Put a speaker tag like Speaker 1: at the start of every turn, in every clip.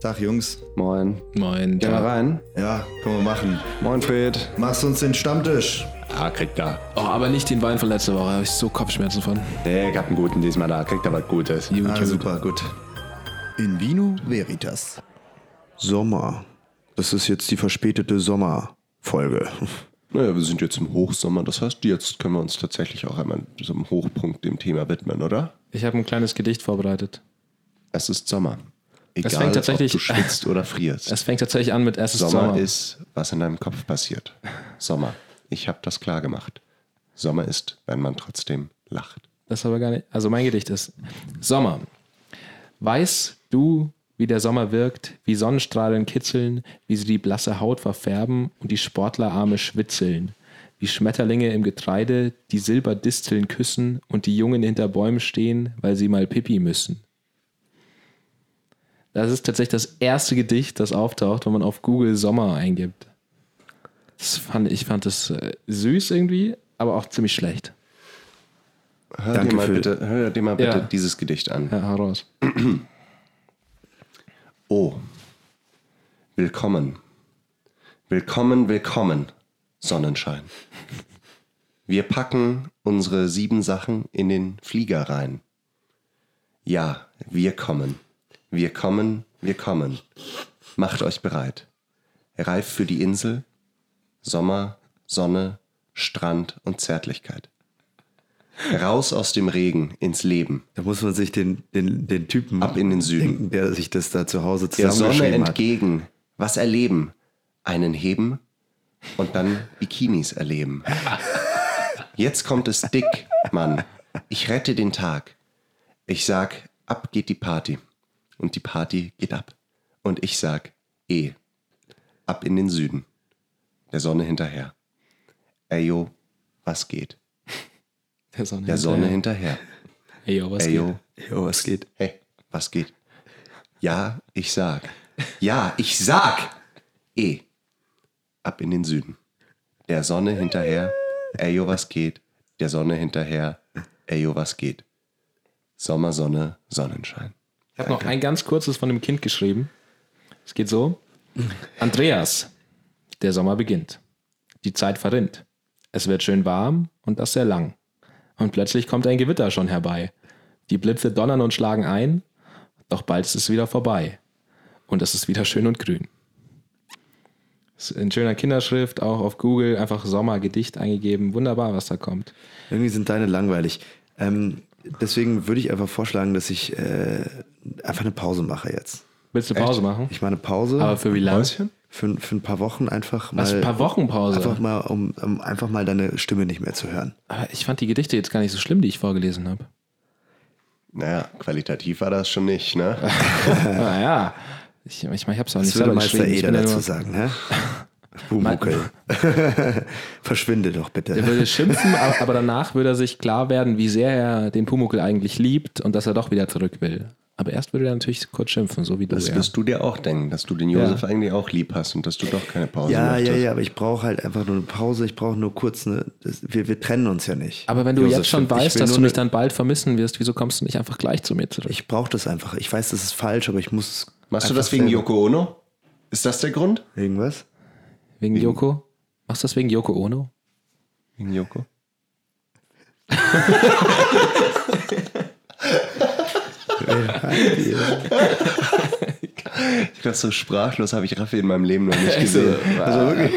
Speaker 1: Tag, Jungs.
Speaker 2: Moin.
Speaker 3: Moin.
Speaker 2: Geh mal
Speaker 3: Ja.
Speaker 2: rein.
Speaker 1: Ja, können wir machen.
Speaker 2: Moin, Fred.
Speaker 1: Machst uns den Stammtisch.
Speaker 3: Ah, kriegt da. Oh, aber nicht den Wein von letzter Woche. Da habe ich so Kopfschmerzen von.
Speaker 2: Nee, ich hab einen guten diesmal da. Kriegt er was Gutes.
Speaker 3: Gut,
Speaker 1: Ah,
Speaker 3: gut.
Speaker 1: super, gut. In Vino Veritas.
Speaker 4: Sommer. Das ist jetzt die verspätete Sommerfolge.
Speaker 5: Naja, wir sind jetzt im Hochsommer, das heißt, jetzt können wir uns tatsächlich auch einmal so einem Hochpunkt dem Thema widmen, oder?
Speaker 3: Ich habe ein kleines Gedicht vorbereitet.
Speaker 5: Es ist Sommer. Egal,
Speaker 3: fängt tatsächlich-
Speaker 5: ob du schwitzt oder frierst.
Speaker 3: Es fängt tatsächlich an mit Es ist
Speaker 5: Sommer,
Speaker 3: Sommer.
Speaker 5: ist, was in deinem Kopf passiert. Sommer. Ich habe das klar gemacht. Sommer ist, wenn man trotzdem lacht.
Speaker 3: Das aber gar nicht. Also mein Gedicht ist Sommer. Weißt du, wie der Sommer wirkt, wie Sonnenstrahlen kitzeln, wie sie die blasse Haut verfärben und die Sportlerarme schwitzeln, wie Schmetterlinge im Getreide die Silberdisteln küssen und die Jungen hinter Bäumen stehen, weil sie mal Pipi müssen. Das ist tatsächlich das erste Gedicht, das auftaucht, wenn man auf Google Sommer eingibt. Das fand, ich fand das äh, süß irgendwie, aber auch ziemlich schlecht.
Speaker 5: Hör
Speaker 4: Danke
Speaker 5: dir mal
Speaker 4: für-
Speaker 5: bitte, hör dir mal bitte
Speaker 3: Ja.
Speaker 5: dieses Gedicht an.
Speaker 3: Ja, heraus.
Speaker 5: Oh. Willkommen. Willkommen, willkommen, Sonnenschein. Wir packen unsere sieben Sachen in den Flieger rein. Ja, wir kommen. Wir kommen, wir kommen. Macht euch bereit. Reif für die Insel, Sommer, Sonne, Strand und Zärtlichkeit. Raus aus dem Regen ins Leben.
Speaker 4: Da muss man sich den, den, den Typen
Speaker 5: Ab in den Süden.
Speaker 4: denken, der sich das da zu Hause
Speaker 5: der Sonne
Speaker 4: zusammengeschrieben hat.
Speaker 5: entgegen was erleben. Einen heben und dann Bikinis erleben. Jetzt kommt es dick, Mann. Ich rette den Tag. Ich sag, ab geht die Party. Und die Party geht ab. Und ich sag, eh, ab in den Süden. Der Sonne hinterher. Eyo, was geht?
Speaker 3: Der Sonne.
Speaker 5: Der Sonne hinterher.
Speaker 3: Ey, yo, was geht?
Speaker 5: Eyo,
Speaker 4: Oh, was geht?
Speaker 5: Hey, was geht? Ja, ich sag. Ja, ich sag. Eh. Ab in den Süden. Der Sonne hinterher. Ejo, was geht? Der Sonne hinterher. Ejo, was geht? Sommer, Sonne, Sonnenschein.
Speaker 3: Ich habe noch ein ganz kurzes von dem Kind geschrieben. Es geht so. Andreas, der Sommer beginnt. Die Zeit verrinnt. Es wird schön warm und das sehr lang. Und plötzlich kommt ein Gewitter schon herbei. Die Blitze donnern und schlagen ein, doch bald ist es wieder vorbei. Und es ist wieder schön und grün. Ist In schöner Kinderschrift, auch auf Google, einfach Sommergedicht eingegeben. Wunderbar, was da kommt.
Speaker 4: Irgendwie sind deine langweilig. Ähm, deswegen würde ich einfach vorschlagen, dass ich äh, einfach eine Pause mache jetzt.
Speaker 3: Willst du Pause machen?
Speaker 4: Ich mache eine Pause.
Speaker 3: Hm? Aber für wie lange?
Speaker 4: Für, für ein paar Wochen einfach mal.
Speaker 3: Was, ein paar Wochen Pause?
Speaker 4: Einfach mal, um, um einfach mal deine Stimme nicht mehr zu hören.
Speaker 3: Aber Ah, ich fand die Gedichte jetzt gar nicht so schlimm, die ich vorgelesen habe.
Speaker 5: Naja, qualitativ war das schon nicht, ne?
Speaker 3: Naja, Ah, ich, ich, ich hab's auch nicht
Speaker 4: Äh. Das würde
Speaker 3: selber
Speaker 4: Meister
Speaker 3: geschrieben. Ich
Speaker 4: Eder
Speaker 5: Genau.
Speaker 3: bin
Speaker 4: dazu
Speaker 3: ja nur-
Speaker 4: sagen, ne? Bumuckel. Verschwinde doch bitte.
Speaker 3: Er würde schimpfen, aber, aber danach würde er sich klar werden, wie sehr er den Pumuckel eigentlich liebt und dass er doch wieder zurück will. Aber erst würde er natürlich kurz schimpfen, so wie du.
Speaker 5: Das
Speaker 3: ja.
Speaker 5: wirst du dir auch denken, dass du den Josef eigentlich auch lieb hast und dass du doch keine Pause
Speaker 4: Ja,
Speaker 5: möchtest.
Speaker 4: ja, ja, aber ich brauche halt einfach nur eine Pause. Ich brauche nur kurz eine. Das, wir, wir trennen uns ja nicht.
Speaker 3: aber wenn du
Speaker 4: Josef,
Speaker 3: jetzt schon
Speaker 4: ich will
Speaker 3: weißt,
Speaker 4: nur
Speaker 3: dass
Speaker 4: ne-
Speaker 3: du mich
Speaker 4: eine-
Speaker 3: dann bald vermissen wirst, wieso kommst du nicht einfach gleich zu mir zurück?
Speaker 4: Ich brauche das einfach. Ich weiß, das ist falsch, aber ich muss.
Speaker 5: Machst du
Speaker 4: einfach
Speaker 5: das wegen
Speaker 4: selber-
Speaker 5: Yoko Ono? Ist das der Grund?
Speaker 4: Wegen was?
Speaker 3: Wegen Yoko? Machst du das wegen Yoko Ono?
Speaker 5: Wegen Yoko? Ich dachte, so sprachlos habe ich Raffi in meinem Leben noch nicht gesehen. Also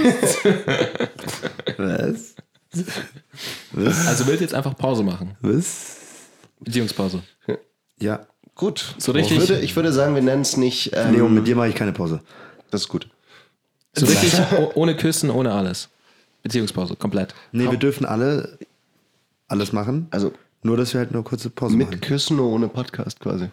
Speaker 4: Was?
Speaker 3: Also willst du jetzt einfach Pause machen?
Speaker 4: Was?
Speaker 3: Beziehungspause.
Speaker 4: Ja.
Speaker 5: Gut.
Speaker 3: So richtig-
Speaker 5: Ich würde, ich würde sagen, wir nennen es nicht. Ähm,
Speaker 4: Leo, mit dir mache ich keine Pause.
Speaker 5: Das ist gut.
Speaker 3: So richtig oh- ohne Küssen, ohne alles. Beziehungspause, komplett.
Speaker 4: Nee, wir dürfen alle alles machen.
Speaker 5: Also
Speaker 4: Nur, dass wir halt nur kurze Pause
Speaker 5: mit
Speaker 4: machen.
Speaker 5: Küssen nur ohne Podcast quasi.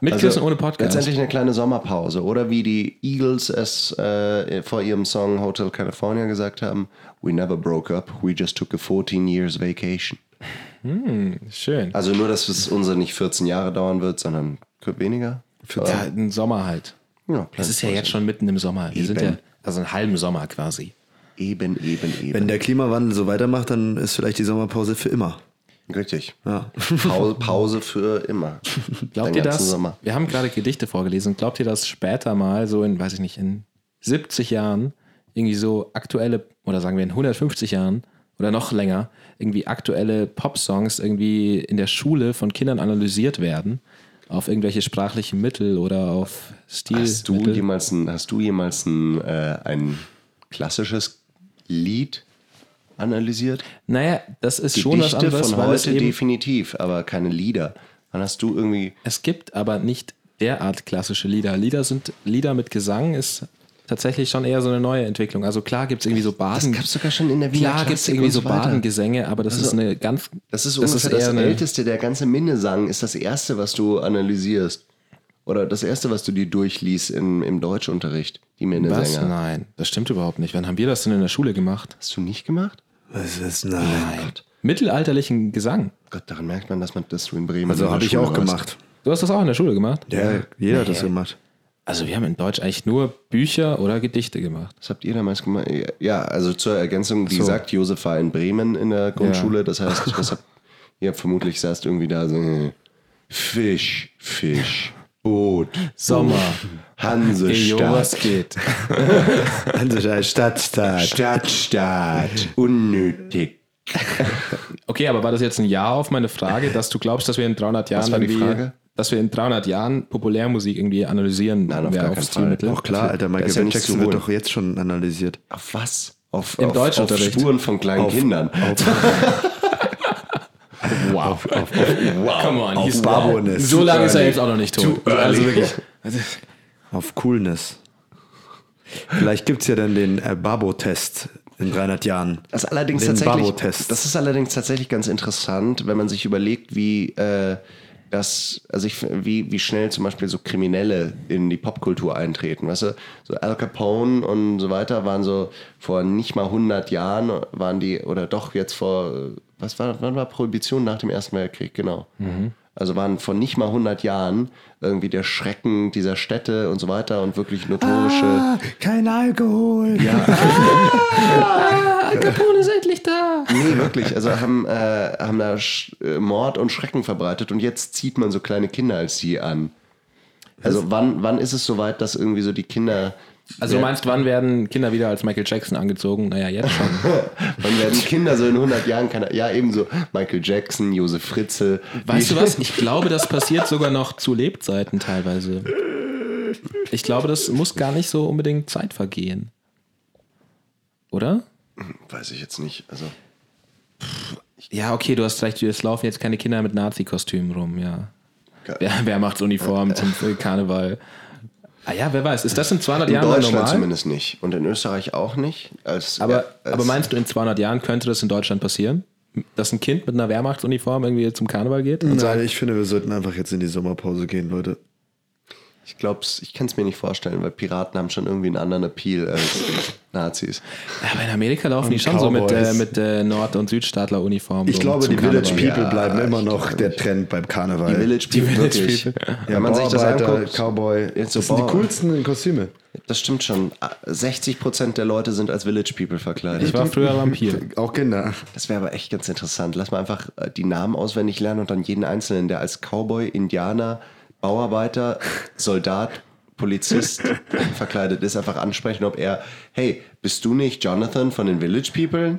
Speaker 3: Mit
Speaker 5: Also,
Speaker 3: Küssen, ohne Podcast.
Speaker 5: Letztendlich eine kleine Sommerpause. Oder wie die Eagles es äh, vor ihrem Song Hotel California gesagt haben: We never broke up, we just took a 14 years vacation.
Speaker 3: Schön.
Speaker 5: Also nur, dass es unsere nicht 14 Jahre dauern wird, sondern weniger.
Speaker 3: Ja, ein Sommer halt.
Speaker 5: Ja,
Speaker 3: Es ist ja jetzt schon mitten im Sommer. Wir sind ja, also einen halben Sommer quasi.
Speaker 5: Eben, eben, eben.
Speaker 4: Wenn der Klimawandel so weitermacht, dann ist vielleicht die Sommerpause für immer.
Speaker 5: Richtig. Pause, Pause für immer.
Speaker 3: Glaubt
Speaker 5: Den
Speaker 3: ihr
Speaker 5: ganzen
Speaker 3: das?
Speaker 5: Sommer.
Speaker 3: Wir haben gerade Gedichte vorgelesen. Glaubt ihr, dass später mal so in, weiß ich nicht, in 70 Jahren irgendwie so aktuelle, oder sagen wir in 150 Jahren oder noch länger, irgendwie aktuelle Popsongs irgendwie in der Schule von Kindern analysiert werden? Auf irgendwelche sprachlichen Mittel oder auf Stil.
Speaker 5: Hast du jemals ein, hast du jemals ein, äh, ein klassisches Lied analysiert?
Speaker 3: Naja, das ist schon was
Speaker 5: Gedichte
Speaker 3: anderes,
Speaker 5: von
Speaker 3: weil es
Speaker 5: heute
Speaker 3: eben
Speaker 5: definitiv, aber keine Lieder. Dann hast du irgendwie
Speaker 3: Es gibt aber nicht derart klassische Lieder. Lieder sind Lieder mit Gesang ist tatsächlich schon eher so eine neue Entwicklung. Also klar gibt es irgendwie so Baden.
Speaker 5: gab's sogar schon in der Wiener
Speaker 3: Klar gibt es
Speaker 5: Klassik
Speaker 3: irgendwie
Speaker 5: und
Speaker 3: so
Speaker 5: so weiter. Also,
Speaker 3: Badengesänge, aber das ist eine ganz.
Speaker 5: Das ist ungefähr das,
Speaker 3: eher eine-
Speaker 5: Älteste. Der ganze Minnesang ist das Erste, was du analysierst. Oder das Erste, was du dir durchliest im, im Deutschunterricht. Die
Speaker 3: Was?
Speaker 5: Minnesänger.
Speaker 3: Nein, das stimmt überhaupt nicht. Wann haben wir das denn in der Schule gemacht?
Speaker 5: Hast du nicht gemacht?
Speaker 4: Was ist nein?
Speaker 3: Mittelalterlichen Gesang.
Speaker 5: Gott, daran merkt man, dass man das du in Bremen in
Speaker 4: Also
Speaker 5: der
Speaker 4: habe ich
Speaker 5: Schule
Speaker 4: auch
Speaker 5: warst.
Speaker 4: gemacht.
Speaker 3: Du hast das auch in der Schule gemacht?
Speaker 4: Ja, jeder hat das gemacht.
Speaker 3: Also wir haben in Deutsch eigentlich nur Bücher oder Gedichte gemacht.
Speaker 5: Was habt ihr damals gemacht? Ja, also zur Ergänzung, wie gesagt, Josef war in Bremen in der Grundschule. Das heißt, was habt, ihr vermutlich saßt irgendwie da so äh, Fisch, Fisch, Boot,
Speaker 3: Sommer. Jo, was
Speaker 5: Hansestadt,
Speaker 3: geht?
Speaker 4: Hansestadt, Stadtstaat.
Speaker 5: Stadtstaat, unnötig.
Speaker 3: Okay, aber war das jetzt ein Ja auf meine Frage, dass du glaubst, dass wir in 300 Jahren
Speaker 5: war die
Speaker 3: irgendwie-
Speaker 5: Frage?
Speaker 3: dass wir in 300 Jahren Populärmusik irgendwie analysieren
Speaker 5: Nein, auf
Speaker 3: wer
Speaker 5: gar
Speaker 3: aufs
Speaker 5: keinen Fall.
Speaker 3: Stilmittel?
Speaker 4: Auch klar, Alter,
Speaker 5: ist
Speaker 4: Michael
Speaker 5: ja
Speaker 4: ja
Speaker 5: nichts
Speaker 4: Jackson
Speaker 5: zu
Speaker 4: wird
Speaker 5: holen.
Speaker 4: doch jetzt schon analysiert.
Speaker 5: Auf was? Auf,
Speaker 3: Im
Speaker 5: auf, auf
Speaker 3: Deutschunterricht.
Speaker 5: Spuren von kleinen Kindern.
Speaker 3: Wow. wow. Come on, he's
Speaker 4: Barbournes.
Speaker 3: So lange ist er jetzt auch noch nicht tot. Also wirklich.
Speaker 4: Auf Coolness. Vielleicht gibt es ja dann den äh, Babo-Test in 300 Jahren.
Speaker 5: Das ist allerdings
Speaker 4: den
Speaker 5: tatsächlich.
Speaker 4: Babo-Test.
Speaker 5: Das ist allerdings tatsächlich ganz interessant, wenn man sich überlegt, wie äh, das, also ich, wie, wie schnell zum Beispiel so Kriminelle in die Popkultur eintreten. Weißt du, so Al Capone und so weiter waren so vor nicht mal 100 Jahren waren die oder doch jetzt vor äh, was war wann war Prohibition nach dem Ersten Weltkrieg genau.
Speaker 4: Mhm.
Speaker 5: Also waren vor nicht mal 100 Jahren irgendwie der Schrecken dieser Städte und so weiter und wirklich notorische.
Speaker 4: Ah, kein Alkohol. Ja.
Speaker 5: Nee, wirklich. Also haben, äh, haben da Sch äh, Mord und Schrecken verbreitet und jetzt zieht man so kleine Kinder als sie an. Also wann, wann ist es soweit, dass irgendwie so die Kinder,
Speaker 3: Also du meinst, wann werden Kinder wieder als Michael Jackson angezogen? Naja, jetzt schon.
Speaker 5: wann werden Kinder so in 100 Jahren, keine, ja ebenso Michael Jackson, Josef Fritzl.
Speaker 3: Weißt du was? Ich glaube, das passiert sogar noch zu Lebzeiten teilweise. Ich glaube, das muss gar nicht so unbedingt Zeit vergehen. Oder?
Speaker 5: Weiß ich jetzt nicht. Also
Speaker 3: Ja, okay, du hast recht, es laufen jetzt keine Kinder mit Nazi-Kostümen rum, ja.
Speaker 5: Ge-
Speaker 3: Wer, wer macht Uniform zum Karneval? Ah ja, wer weiß, ist das in 200
Speaker 5: in
Speaker 3: Jahren noch
Speaker 5: Deutschland
Speaker 3: normal?
Speaker 5: zumindest nicht und in Österreich auch nicht. Als,
Speaker 3: Aber,
Speaker 5: als,
Speaker 3: aber meinst du, in 200 Jahren könnte das in Deutschland passieren? Dass ein Kind mit einer Wehrmachtsuniform irgendwie zum Karneval geht? Und
Speaker 4: Nein,
Speaker 3: sagt,
Speaker 4: ich finde, wir sollten einfach jetzt in die Sommerpause gehen, Leute.
Speaker 5: ich glaub's, ich kann es mir nicht vorstellen, weil Piraten haben schon irgendwie einen anderen Appeal als Nazis.
Speaker 3: ja, aber in Amerika laufen die schon so mit, äh,
Speaker 4: Cowboys.
Speaker 3: mit äh, Nord- und Südstaatler-Uniformen.
Speaker 4: Ich
Speaker 3: rum
Speaker 4: glaube,
Speaker 3: zum
Speaker 4: die Village
Speaker 3: Karneval.
Speaker 4: People
Speaker 5: Ja,
Speaker 4: bleiben immer
Speaker 5: ich
Speaker 4: noch
Speaker 5: glaube
Speaker 4: der
Speaker 5: nicht.
Speaker 4: Trend beim Karneval.
Speaker 5: Die Village People,
Speaker 3: Village
Speaker 5: wirklich.
Speaker 3: People.
Speaker 5: Wenn man sich das
Speaker 4: Bauarbeiter,
Speaker 5: anguckt,
Speaker 4: Cowboy.
Speaker 5: Jetzt so
Speaker 4: das sind die
Speaker 5: Bauer-
Speaker 4: coolsten in Kostüme.
Speaker 5: Das stimmt schon. 60% der Leute sind als Village People verkleidet.
Speaker 3: Ich war früher Vampir.
Speaker 4: Auch Kinder.
Speaker 5: das wäre aber echt ganz interessant. Lass mal einfach äh, die Namen auswendig lernen und dann jeden Einzelnen, der als Cowboy, Indianer, Bauarbeiter, Soldat, Polizist verkleidet ist, einfach ansprechen, ob er, hey, bist du nicht Jonathan von den Village People?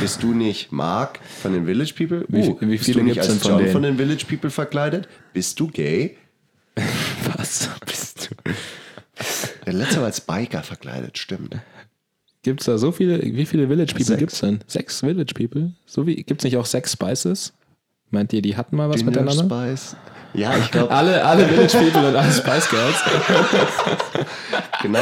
Speaker 5: Bist du nicht Mark von den Village People? Uh,
Speaker 3: Wie- wie
Speaker 5: bist
Speaker 3: viele
Speaker 5: du nicht
Speaker 3: gibt's
Speaker 5: als
Speaker 3: denn von
Speaker 5: John
Speaker 3: denen?
Speaker 5: von den Village People verkleidet? Bist du gay?
Speaker 3: Was bist du?
Speaker 5: Der letzte war als Biker verkleidet, stimmt.
Speaker 3: Gibt es da so viele, wie viele Village People
Speaker 5: Sechs.
Speaker 3: gibt es denn? Sechs Village People? So wie, gibt es nicht auch sechs Spices? Meint ihr, die hatten mal was
Speaker 5: Dinner
Speaker 3: miteinander?
Speaker 5: Spice. Ja, ich glaube,
Speaker 3: Alle, alle Village People und alle Spice Girls.
Speaker 5: genau,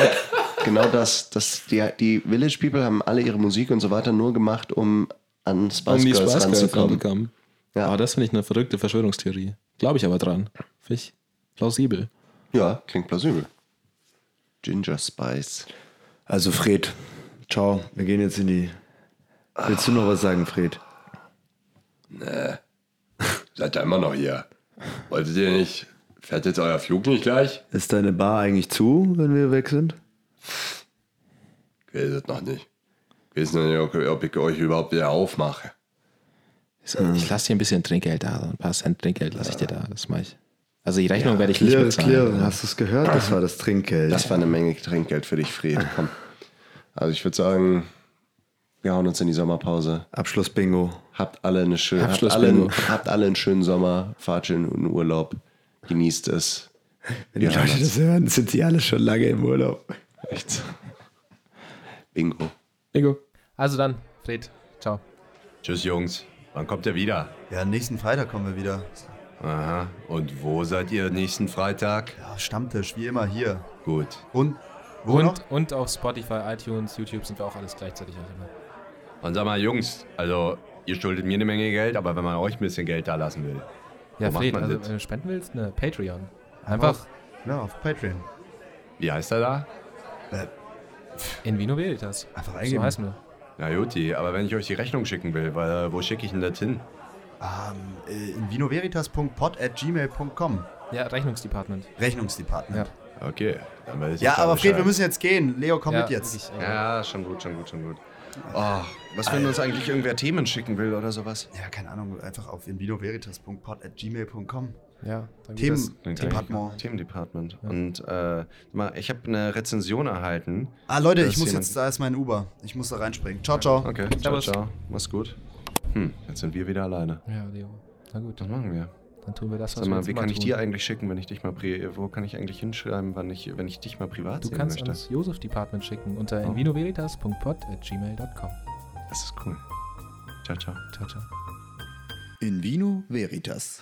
Speaker 5: genau das. das die, die Village People haben alle ihre Musik und so weiter nur gemacht, um an Spice
Speaker 3: um die
Speaker 5: Girls
Speaker 3: Spice Girls
Speaker 5: ranzukommen.
Speaker 3: ranzukommen.
Speaker 5: Ja.
Speaker 3: Aber Ah, das finde ich eine verrückte Verschwörungstheorie. Glaube ich aber dran. Finde ich plausibel.
Speaker 5: Ja, klingt plausibel. Ginger Spice.
Speaker 4: Also Fred, ciao. Wir gehen jetzt in die. Willst du noch was sagen, Fred?
Speaker 6: Seid ihr immer noch hier? Wolltet ihr nicht? Fährt jetzt euer Flug nicht gleich?
Speaker 4: Ist deine Bar eigentlich zu, wenn wir weg sind?
Speaker 6: Gewiss noch nicht. Gewiss noch nicht, ob ich euch überhaupt wieder aufmache.
Speaker 7: So, Ich lasse dir ein bisschen Trinkgeld da, so ein paar Cent Trinkgeld lasse ich dir da. Das mache ich. Also die Rechnung werde ich nicht
Speaker 4: Klirre,
Speaker 7: bezahlen.
Speaker 4: klirre, hast du es gehört? Das war das Trinkgeld.
Speaker 5: Das war eine Menge Trinkgeld für dich, Fred. Komm. Also ich würde sagen, wir hauen uns in die Sommerpause.
Speaker 4: Abschluss Bingo.
Speaker 5: Habt alle, eine schöne, habt,
Speaker 7: Abschluss-
Speaker 5: alle,
Speaker 7: Bingo.
Speaker 5: einen- habt alle einen schönen Sommer, fahrt schön in den Urlaub, genießt es.
Speaker 8: Wenn
Speaker 5: Ja,
Speaker 8: die Leute
Speaker 5: das-
Speaker 8: das hören, sind sie alle schon lange im Urlaub.
Speaker 5: Echt. Bingo.
Speaker 7: Bingo.
Speaker 3: Also dann, Fred, ciao.
Speaker 6: Tschüss, Jungs. Wann kommt ihr wieder?
Speaker 9: Ja, nächsten Freitag kommen wir wieder.
Speaker 6: Aha. Und wo seid ihr nächsten Freitag?
Speaker 9: Ja, Stammtisch, wie immer hier.
Speaker 6: Gut.
Speaker 9: Und wo noch?
Speaker 3: Und, und auf Spotify, iTunes, YouTube sind wir auch alles gleichzeitig. auf einmal.
Speaker 6: Und sag mal, Jungs, also ihr schuldet mir eine Menge Geld, aber wenn man euch ein bisschen Geld da lassen will.
Speaker 3: Ja,
Speaker 6: macht
Speaker 3: Fred,
Speaker 6: man
Speaker 3: also
Speaker 6: das?
Speaker 3: wenn du spenden willst, ne, Patreon. Einfach
Speaker 9: Ja, auf Patreon.
Speaker 6: Wie heißt er da?
Speaker 3: in Vino Veritas.
Speaker 9: Einfach
Speaker 3: So
Speaker 9: eingeben.
Speaker 3: heißen wir.
Speaker 6: Na Juti, aber wenn ich euch die Rechnung schicken will, weil, äh, wo schicke ich denn das hin?
Speaker 9: Ähm, äh, in vinoveritas.pod.gmail.com.
Speaker 3: Ja, Rechnungsdepartment.
Speaker 9: Rechnungsdepartment.
Speaker 3: Ja.
Speaker 6: Okay, dann weiß ich
Speaker 9: Ja,
Speaker 6: jetzt
Speaker 9: aber Fred,
Speaker 6: Bescheid.
Speaker 9: wir müssen jetzt gehen. Leo, komm
Speaker 3: ja,
Speaker 9: mit jetzt.
Speaker 3: wirklich, aber-
Speaker 6: Ja, Ah, schon gut, schon gut, schon gut.
Speaker 5: Oh, was, wenn uns eigentlich irgendwer Themen schicken will oder sowas?
Speaker 9: Ja, keine Ahnung, einfach auf invinoveritas.pod.gmail.com.
Speaker 3: ja, dann geht das. ne?
Speaker 9: Themen,
Speaker 6: Dann kann ich-
Speaker 9: Department.
Speaker 6: Themendepartment. Und äh, mal, ich habe eine Rezension erhalten.
Speaker 9: Ah, Leute,
Speaker 6: Da
Speaker 9: ich
Speaker 6: ist
Speaker 9: muss
Speaker 6: jemand-
Speaker 9: jetzt, da ist mein Uber. Ich muss da reinspringen. Ciao, ciao.
Speaker 6: Okay,
Speaker 3: Servus.
Speaker 6: ciao, ciao. Mach's gut. Hm, jetzt sind wir wieder alleine.
Speaker 3: Ja, Leo. Na gut,
Speaker 6: Was machen wir?
Speaker 3: dann tun wir das, was
Speaker 6: Sag
Speaker 3: wir
Speaker 6: mal,
Speaker 3: jetzt
Speaker 6: wie
Speaker 3: immer
Speaker 6: kann ich
Speaker 3: tun.
Speaker 6: dir eigentlich schicken, wenn ich dich mal pri äh, wo kann ich eigentlich hinschreiben, wann ich, wenn ich dich mal privat
Speaker 3: Du
Speaker 6: sehen
Speaker 3: kannst
Speaker 6: möchte?
Speaker 3: ans Josef-Department schicken unter oh. invinoveritas.pod.gmail.com.
Speaker 6: Das ist cool. Ciao, ciao.
Speaker 3: Ciao, ciao.
Speaker 4: In Vino Veritas.